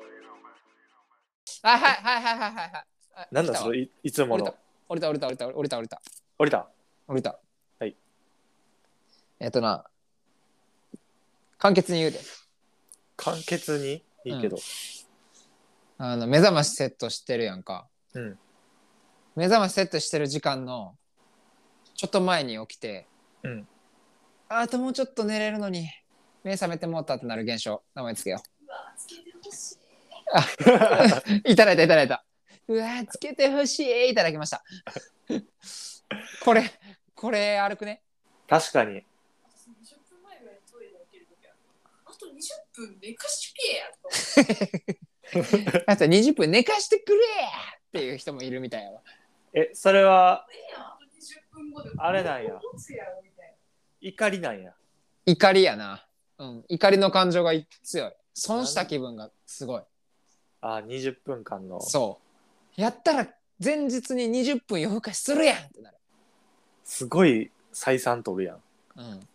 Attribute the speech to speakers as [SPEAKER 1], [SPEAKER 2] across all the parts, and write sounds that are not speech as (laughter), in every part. [SPEAKER 1] はいはいはいはいはいはいはいあ。
[SPEAKER 2] なん
[SPEAKER 1] 来
[SPEAKER 2] だ
[SPEAKER 1] た
[SPEAKER 2] そ
[SPEAKER 1] わ
[SPEAKER 2] のいいつもの。
[SPEAKER 1] 折れた折れた折れた折れた折れた
[SPEAKER 2] 降りた。
[SPEAKER 1] 折れた。
[SPEAKER 2] はい。
[SPEAKER 1] えっとな、簡潔に言うで。
[SPEAKER 2] 簡潔にいいけど。
[SPEAKER 1] あの目覚ましセットしてるやんか。
[SPEAKER 2] うん。
[SPEAKER 1] 目覚ましセットしてる時間のちょっと前に起きて、
[SPEAKER 2] うん。
[SPEAKER 1] ああともうちょっと寝れるのに目覚めてもうたってなる現象、名前つけよ
[SPEAKER 2] (laughs)
[SPEAKER 1] う。いただいたいただいた。うわー、つけてほしい。いただきました。これ、これ、歩くね。
[SPEAKER 2] 確かに。
[SPEAKER 3] 20分前ぐらいにトイレに行ける時あるあと20分寝かしけやと思って
[SPEAKER 1] あと20分寝かしてくれっていう人もいるみたいやわ。
[SPEAKER 2] え、それは
[SPEAKER 3] あと20分後で
[SPEAKER 2] あれなんや
[SPEAKER 3] 持つやろみたい
[SPEAKER 2] 怒りなんや。
[SPEAKER 1] 怒りやな。うん、怒りの感情が強い。損した気分がすごい。
[SPEAKER 2] あ、20分間の。
[SPEAKER 1] そう。やったら前日に20分夜更かしするやんってなる。
[SPEAKER 2] すごい採算取るやん。
[SPEAKER 1] うん、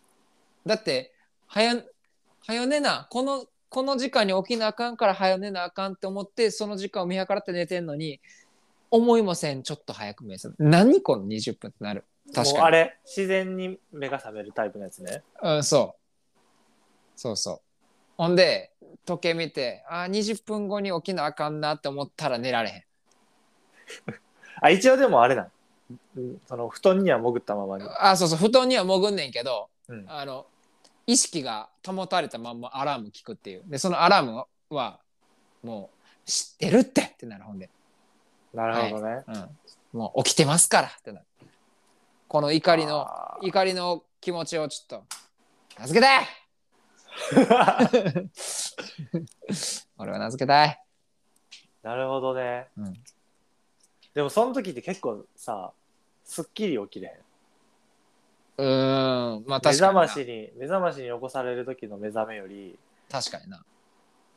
[SPEAKER 1] だって、早、早寝な、この、この時間に起きなあかんから早寝なあかんって思って、その時間を見計らって寝てんのに、思いもせん、ちょっと早く目覚める。何この20分ってなる。確
[SPEAKER 2] もうあ
[SPEAKER 1] か
[SPEAKER 2] れ、自然に目が覚めるタイプのやつね。
[SPEAKER 1] に。うん、そう。そうそう。ほんで、時計見て、あー、20分後に起きなあかんなって思ったら寝られへん。
[SPEAKER 2] あ、一応でもあれなん。うんその布団には潜ったままに。
[SPEAKER 1] あそうそう布団には潜んねんけど、
[SPEAKER 2] うん
[SPEAKER 1] あの意識が保たれたまんまアラーム聞くっていうでそのアラームはもう知ってるってってなるほんで、
[SPEAKER 2] なるほどね。
[SPEAKER 1] うん、もう起きてますからってなるこの怒りの
[SPEAKER 2] あ
[SPEAKER 1] 怒りの気持ちをちょっと名付けたい
[SPEAKER 2] (laughs) ー
[SPEAKER 1] 俺は名付けたい、
[SPEAKER 2] (laughs) なるほどね。
[SPEAKER 1] うん、
[SPEAKER 2] でもその時って結構さ、すっきり起きれへん。
[SPEAKER 1] うーんまあ確か
[SPEAKER 2] 目覚
[SPEAKER 1] にな
[SPEAKER 2] ましに、目覚ましに起こされる時の目覚めより、
[SPEAKER 1] 確かにな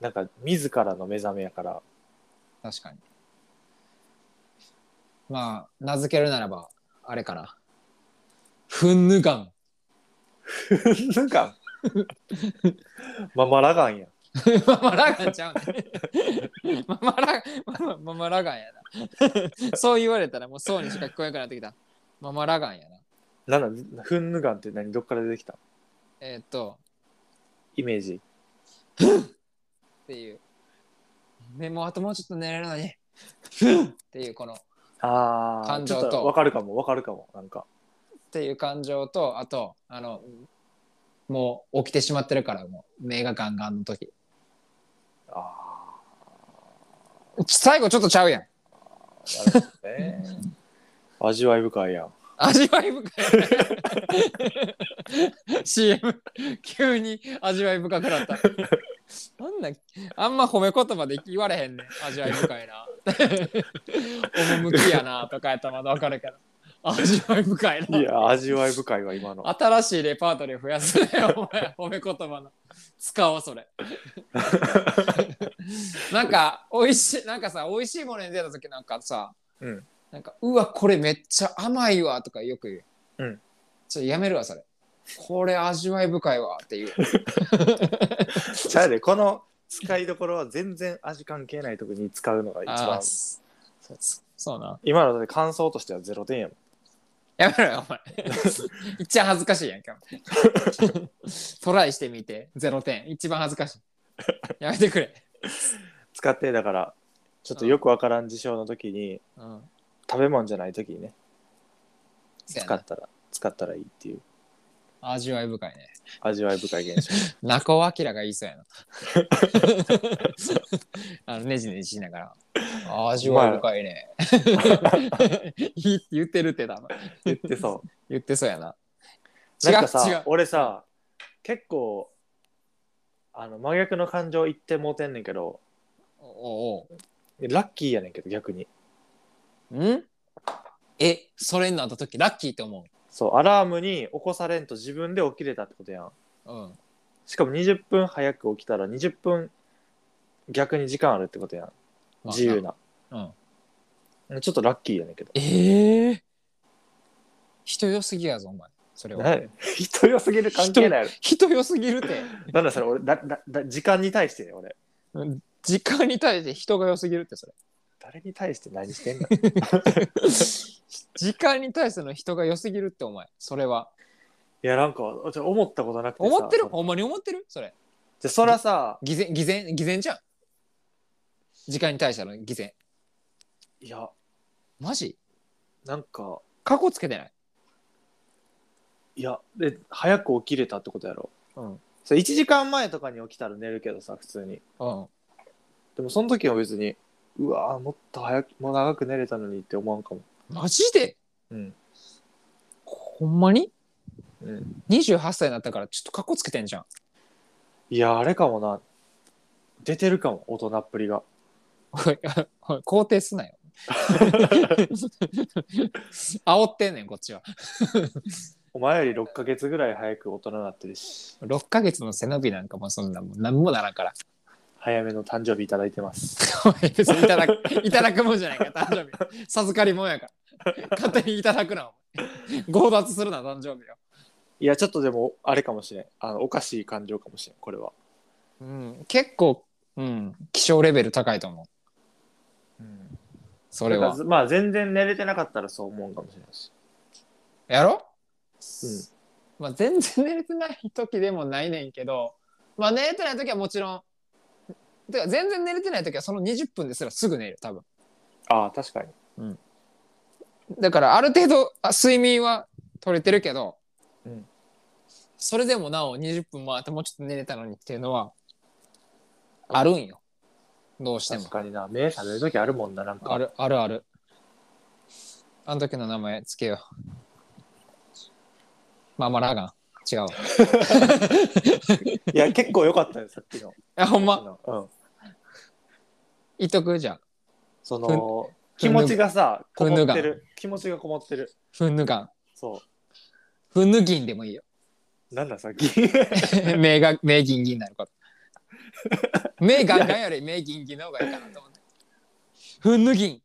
[SPEAKER 2] なんか自らの目覚めやから、 (laughs)
[SPEAKER 1] 確かにまあ名付けるならばあれかなふんぬがん
[SPEAKER 2] なんか、ママラガンや。
[SPEAKER 1] ママラガンちゃうね。ママラママママラガンやな。そう言われたらもうそうにしか聞こえなくなってきた。ママラガンやな。
[SPEAKER 2] なんだ、フンヌガンって何、どっから出てきた
[SPEAKER 1] えーっと、
[SPEAKER 2] イメージ。
[SPEAKER 1] っていう。ね、もうあともうちょっと寝れるのに。ふんっていうこの、っ
[SPEAKER 2] ああ、
[SPEAKER 1] 感情と
[SPEAKER 2] ちょっわかるかも、わかるかも、なんか。
[SPEAKER 1] ていう感情と、あと、あの、もう起きてしまってるから、もう目がガンガンの時。
[SPEAKER 2] あ
[SPEAKER 1] 最後ちょっとちゃうやん。
[SPEAKER 2] あ、なるほどね。
[SPEAKER 1] (laughs)
[SPEAKER 2] 味わい深いやん。
[SPEAKER 1] 味わい深い CM 急に味わい深くなったなんなんあんま褒め言葉で言われへんねん味わい深いな趣やなとかやったらまだわかるけど味わい深いない
[SPEAKER 2] や、味わい深いわ、今の。
[SPEAKER 1] 新しいレパートリー増やすね (laughs) お前褒め言葉の使おうそれ (laughs) なんか美味しいなんかさ美味しいものに出た時なんかさ、
[SPEAKER 2] うん
[SPEAKER 1] なんかうわこれめっちゃ甘いわとかよく言う、
[SPEAKER 2] うん
[SPEAKER 1] ちょっとやめるわそれこれ味わい深いわって
[SPEAKER 2] (laughs)
[SPEAKER 1] いう
[SPEAKER 2] ちゃうで、この使いどころは全然味関係ないとこに使うのが一
[SPEAKER 1] あ
[SPEAKER 2] 番
[SPEAKER 1] ー。そうそうな
[SPEAKER 2] 今のだって感想としては0点やもん。
[SPEAKER 1] やめろよお前 (laughs) いっちゃ恥ずかしいやんか
[SPEAKER 2] (laughs)
[SPEAKER 1] トライしてみて0点一番恥ずかしいやめてくれ、
[SPEAKER 2] 使って、だから、ちょっとよくわからん事象の時に、
[SPEAKER 1] うん、
[SPEAKER 2] 食べ物じゃない時にね、
[SPEAKER 1] そうや
[SPEAKER 2] (laughs) 使
[SPEAKER 1] な
[SPEAKER 2] ったら、使ったらいいっていう、
[SPEAKER 1] 味わい深いね。
[SPEAKER 2] 味わい深い現象。
[SPEAKER 1] 中尾明が言いそうやな。 (laughs) あのねじねじしながら。味わい深いね。 (laughs) いいって言ってるってだ。
[SPEAKER 2] 言ってそう。
[SPEAKER 1] 言ってそうやな。 (laughs) 違
[SPEAKER 2] な
[SPEAKER 1] う
[SPEAKER 2] んか
[SPEAKER 1] 違
[SPEAKER 2] さ
[SPEAKER 1] う。
[SPEAKER 2] 俺さ結構あの真逆の感情言ってもうてんねんけど
[SPEAKER 1] おう
[SPEAKER 2] ラッキーやねんけど逆に
[SPEAKER 1] おうんえ、それになった時ラッキーって思
[SPEAKER 2] そうアラームに起こされんと自分で起きれたってことやん
[SPEAKER 1] う。うん。
[SPEAKER 2] しかも20分早く起きたら20分逆に時間あるってことやん
[SPEAKER 1] まあ
[SPEAKER 2] 自由な、
[SPEAKER 1] うん。
[SPEAKER 2] ちょっとラッキーやねんけど
[SPEAKER 1] ええ人良すぎやぞ、お前。それは
[SPEAKER 2] 誰人良すぎる関係ないやろ。
[SPEAKER 1] 人良すぎる
[SPEAKER 2] (laughs)
[SPEAKER 1] って
[SPEAKER 2] なんだそれ、俺、だだだ時間に対してね、俺。
[SPEAKER 1] 時間に対して人が良すぎるってそれ
[SPEAKER 2] 誰に対して
[SPEAKER 1] (laughs)
[SPEAKER 2] 何してんの
[SPEAKER 1] 時間に対しての人が良すぎるってお前それはい
[SPEAKER 2] や、なんか、ちょ思ったことなくてさ。
[SPEAKER 1] 思ってる
[SPEAKER 2] その
[SPEAKER 1] ほんまに思ってるそれ
[SPEAKER 2] じゃあ、そらさ、
[SPEAKER 1] 偽善偽善偽善じゃん時間に対しての偽善
[SPEAKER 2] いや、
[SPEAKER 1] マジ
[SPEAKER 2] なんか、
[SPEAKER 1] 過去つけてない
[SPEAKER 2] いや、で、早く起きれたってことやろ。
[SPEAKER 1] うん
[SPEAKER 2] それ1時間前とかに起きたら寝るけどさ、普通に。
[SPEAKER 1] うん
[SPEAKER 2] でも、その時は別に、うわーもっと早く、もう長く寝れたのにって思わんかも。
[SPEAKER 1] マジで
[SPEAKER 2] うん。
[SPEAKER 1] ほんまに
[SPEAKER 2] うん、
[SPEAKER 1] 28歳になったからちょっと過去つけてんじゃん
[SPEAKER 2] いや、あれかもな。出てるかも、大人っぷりが。
[SPEAKER 1] おい (laughs) おい肯定すなよ (laughs) 煽ってんねんこっちは
[SPEAKER 2] お前より6ヶ月ぐらい早く大人になってるし、
[SPEAKER 1] 6ヶ月の背伸びなんかもうそんなもん何もならんから
[SPEAKER 2] 早めの誕生日いただいて
[SPEAKER 1] (laughs)
[SPEAKER 2] ます。
[SPEAKER 1] おい別にいただくいただくもんじゃないから誕生日授かりもんやから勝手にいただくなお前強奪するな誕生日を
[SPEAKER 2] いや、ちょっとでも、あれかもしれん。あの、おかしい感情かもしれん、これは。
[SPEAKER 1] うん、結構、うん、気象レベル高いと思う。
[SPEAKER 2] うん。
[SPEAKER 1] それは。
[SPEAKER 2] まあ、全然寝れてなかったらそう思うかもしれないし。
[SPEAKER 1] やろ
[SPEAKER 2] うん。
[SPEAKER 1] まあ、全然寝れてない時でもないねんけど、まあ、寝れてない時はもちろん、てか全然寝れてない時はその20分ですらすぐ寝る、多分。
[SPEAKER 2] ああ、確かに。
[SPEAKER 1] だから、ある程度あ睡眠は取れてるけど、
[SPEAKER 2] うん
[SPEAKER 1] それでもなお20分もあともうちょっと寝れたのにっていうのは、あるんよ。どうしても
[SPEAKER 2] 確。かにな。目覚めるときあるもんな、なんか。
[SPEAKER 1] あるあるある。あの時の名前つけよう。まあまあラガン。違 (laughs) うわ。
[SPEAKER 2] いや、結構良かったよ、さっきの。
[SPEAKER 1] あ (laughs) ほんま、
[SPEAKER 2] ま。うん。
[SPEAKER 1] 言っとくじゃん。
[SPEAKER 2] その、気持ちがさ、こもってる。気持ちがこもってる。
[SPEAKER 1] ふんぬがん。
[SPEAKER 2] そ
[SPEAKER 1] ふんぬぎんでもいいよ。
[SPEAKER 2] う。なんだ、さっき。 (laughs)
[SPEAKER 1] (laughs) 目が、目ギンギンになること。目ガンガンより目ギンギンの方がいいかなと思って。ふんぬぎん。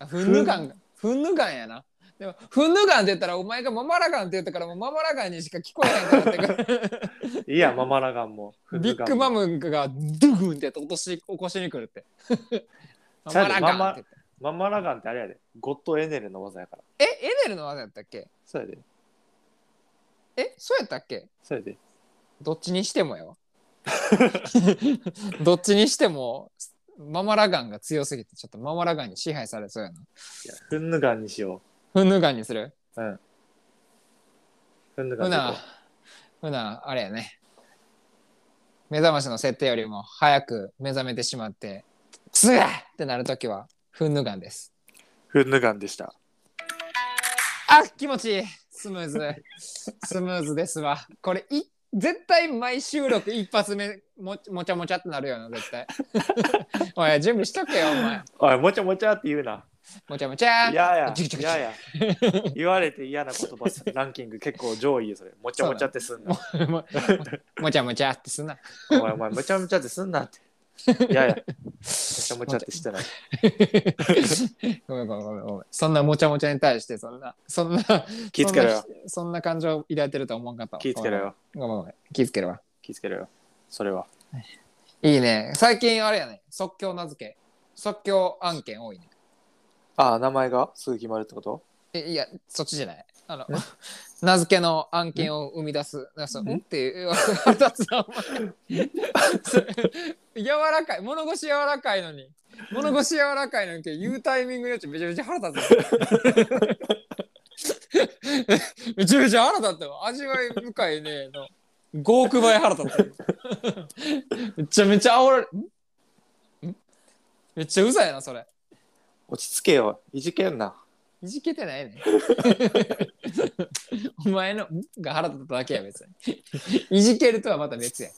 [SPEAKER 1] あふんぬがん。ふんぬがんやな。でも、ふんぬがんって言ったら、お前がママラガンって言ったから、もうママラガンにしか聞こえへんかなってくる。
[SPEAKER 2] いや、ママラガンも。
[SPEAKER 1] ビッグマ
[SPEAKER 2] ム。
[SPEAKER 1] ムがドゥグンって落とし起こしに来るって。マ
[SPEAKER 2] ちゃ
[SPEAKER 1] マ
[SPEAKER 2] う
[SPEAKER 1] ラ
[SPEAKER 2] で
[SPEAKER 1] ガンって
[SPEAKER 2] ママラガンってあれやで。ゴッドエネルの技やから。
[SPEAKER 1] 言って。え、エネルの技やったっけ
[SPEAKER 2] そうやで。
[SPEAKER 1] え、そうやったっけ
[SPEAKER 2] そうやで。
[SPEAKER 1] どっちにしてもやわ。 (laughs) どっちにしても、ママラガンが強すぎて、ちょっとママラガンに支配されそうやな。
[SPEAKER 2] いや、フンヌガンにしよ
[SPEAKER 1] フンヌガンにする
[SPEAKER 2] う。うん。フンヌガ
[SPEAKER 1] ふ
[SPEAKER 2] ンでいこ
[SPEAKER 1] な、ふな、あれやね。目覚ましの設定よりも早く目覚めてしまって、つやってなるときは、フンヌガンです。
[SPEAKER 2] う。フンヌガンでした。
[SPEAKER 1] あ気持ちいいスムーズスムーズですわこれい絶対毎収録一発目ももちゃもちゃってなるよな絶対 (laughs) おい準備しとけよお前
[SPEAKER 2] おい、もちゃもちゃって言うな。
[SPEAKER 1] もちゃもちゃ
[SPEAKER 2] いや
[SPEAKER 1] ちょちょ
[SPEAKER 2] い
[SPEAKER 1] ちょ
[SPEAKER 2] や、いやいや。言われて嫌な言葉ランキング結構上位よ、それ。もちゃもちゃってすんな。
[SPEAKER 1] (laughs) ももちゃもちゃってすんな
[SPEAKER 2] お前、お前、もちゃもちゃってすんなって。
[SPEAKER 1] (laughs)
[SPEAKER 2] いやいや。もちゃもちゃってしてない。
[SPEAKER 1] ごめんごめんごめんごめんそんなもちゃもちゃに対してそんなそんな
[SPEAKER 2] 気ぃつけろよ
[SPEAKER 1] そんなそんな感情抱いてるとは思わんかったわ
[SPEAKER 2] 気ぃつけろよ。
[SPEAKER 1] ごめんごめん気ぃつけるわ
[SPEAKER 2] 気ぃつけろよ。それは。
[SPEAKER 1] いいね最近あれやね即興名付け即興案件多いね
[SPEAKER 2] ああ、名前がすぐ決まるってこと
[SPEAKER 1] えいやそっちじゃないあの (laughs) 名付けの案件を生み出すなんかそのうんっていう腹立つなお前それ柔らかい物腰柔らかいのに物腰柔らかいのに言うタイミングによってめちゃめちゃ腹立つ (laughs) めちゃめちゃ腹立って味わい深いねの5億倍腹立つめちゃめちゃ煽られんんめっちゃうざいなそれ
[SPEAKER 2] 落ち着けよ。いじけんな。
[SPEAKER 1] いじけてないね。お前のんが腹立っただけや別に。いじけるとはまた別や。